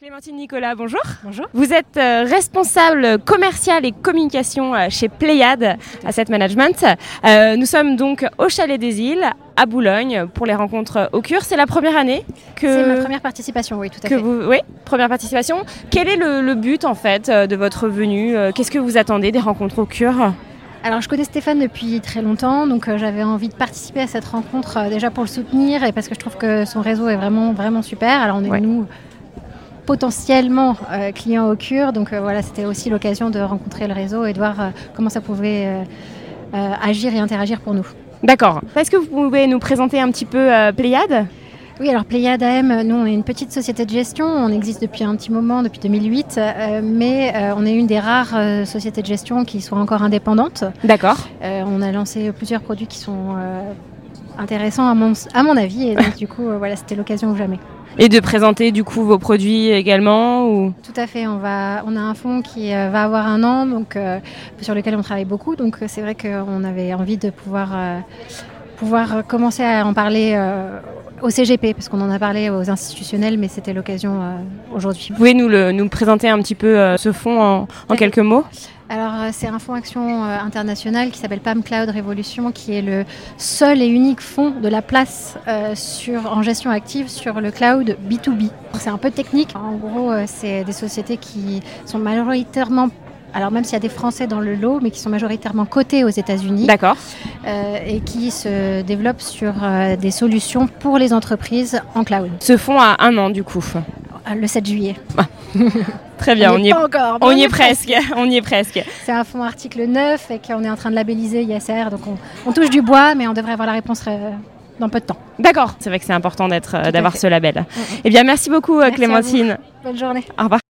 Clémentine Nicolas, bonjour. Bonjour. Vous êtes euh, responsable commercial et communication euh, chez Pléiade Asset Management. Euh, nous sommes donc au Chalet des Îles, à Boulogne, pour les rencontres au cure. C'est la première année que... C'est ma première participation, oui, tout à que fait. vous... Oui, première participation. Quel est le, le but en fait euh, de votre venue Euh, Qu'est-ce que vous attendez des rencontres au cure Alors, je connais Stéphane depuis très longtemps, donc euh, j'avais envie de participer à cette rencontre euh, déjà pour le soutenir et parce que je trouve que son réseau est vraiment, vraiment super. Alors, on est Ouais. nous potentiellement euh, clients au cure, donc euh, voilà, c'était aussi l'occasion de rencontrer le réseau et de voir euh, comment ça pouvait euh, euh, agir et interagir pour nous. D'accord. Est-ce que vous pouvez nous présenter un petit peu euh, Pléiade Oui, alors Pléiade AM, nous on est une petite société de gestion, on existe depuis un petit moment, depuis 2008, euh, mais euh, on est une des rares euh, sociétés de gestion qui soit encore indépendante. D'accord. Euh, on a lancé plusieurs produits qui sont euh, intéressants à mon, à mon avis, et donc du coup euh, voilà, c'était l'occasion ou jamais. Et de présenter du coup vos produits également ou... Tout à fait, on, va, on a un fonds qui euh, va avoir un an, donc, euh, sur lequel on travaille beaucoup, donc euh, c'est vrai qu'on avait envie de pouvoir, euh, pouvoir commencer à en parler euh, au CGP, parce qu'on en a parlé aux institutionnels, mais c'était l'occasion euh, aujourd'hui. Vous pouvez nous, le, nous présenter un petit peu euh, ce fonds en, en quelques mots Alors, euh, c'est un fonds action euh, international qui s'appelle PAM Cloud Revolution, qui est le seul et unique fonds de la place euh, sur, en gestion active sur le cloud B2B. C'est un peu technique. En gros, euh, c'est des sociétés qui sont majoritairement, alors même s'il y a des Français dans le lot, mais qui sont majoritairement cotées aux États-Unis D'accord. euh, et qui se développent sur euh, des solutions pour les entreprises en cloud. Ce fonds a un an du coup. Euh, Le 7 juillet. Très bien, on y est, pas encore. mais on y est presque. On y est presque. C'est un fonds article 9 et qu'on est en train de labelliser ISR, donc on, on touche du bois, mais on devrait avoir la réponse euh, dans peu de temps. D'accord. C'est vrai que c'est important d'être, euh, Tout à d'avoir fait. ce label. Mm, mm. Eh bien, merci beaucoup euh, Merci à vous. Clémentine. Bonne journée. Au revoir.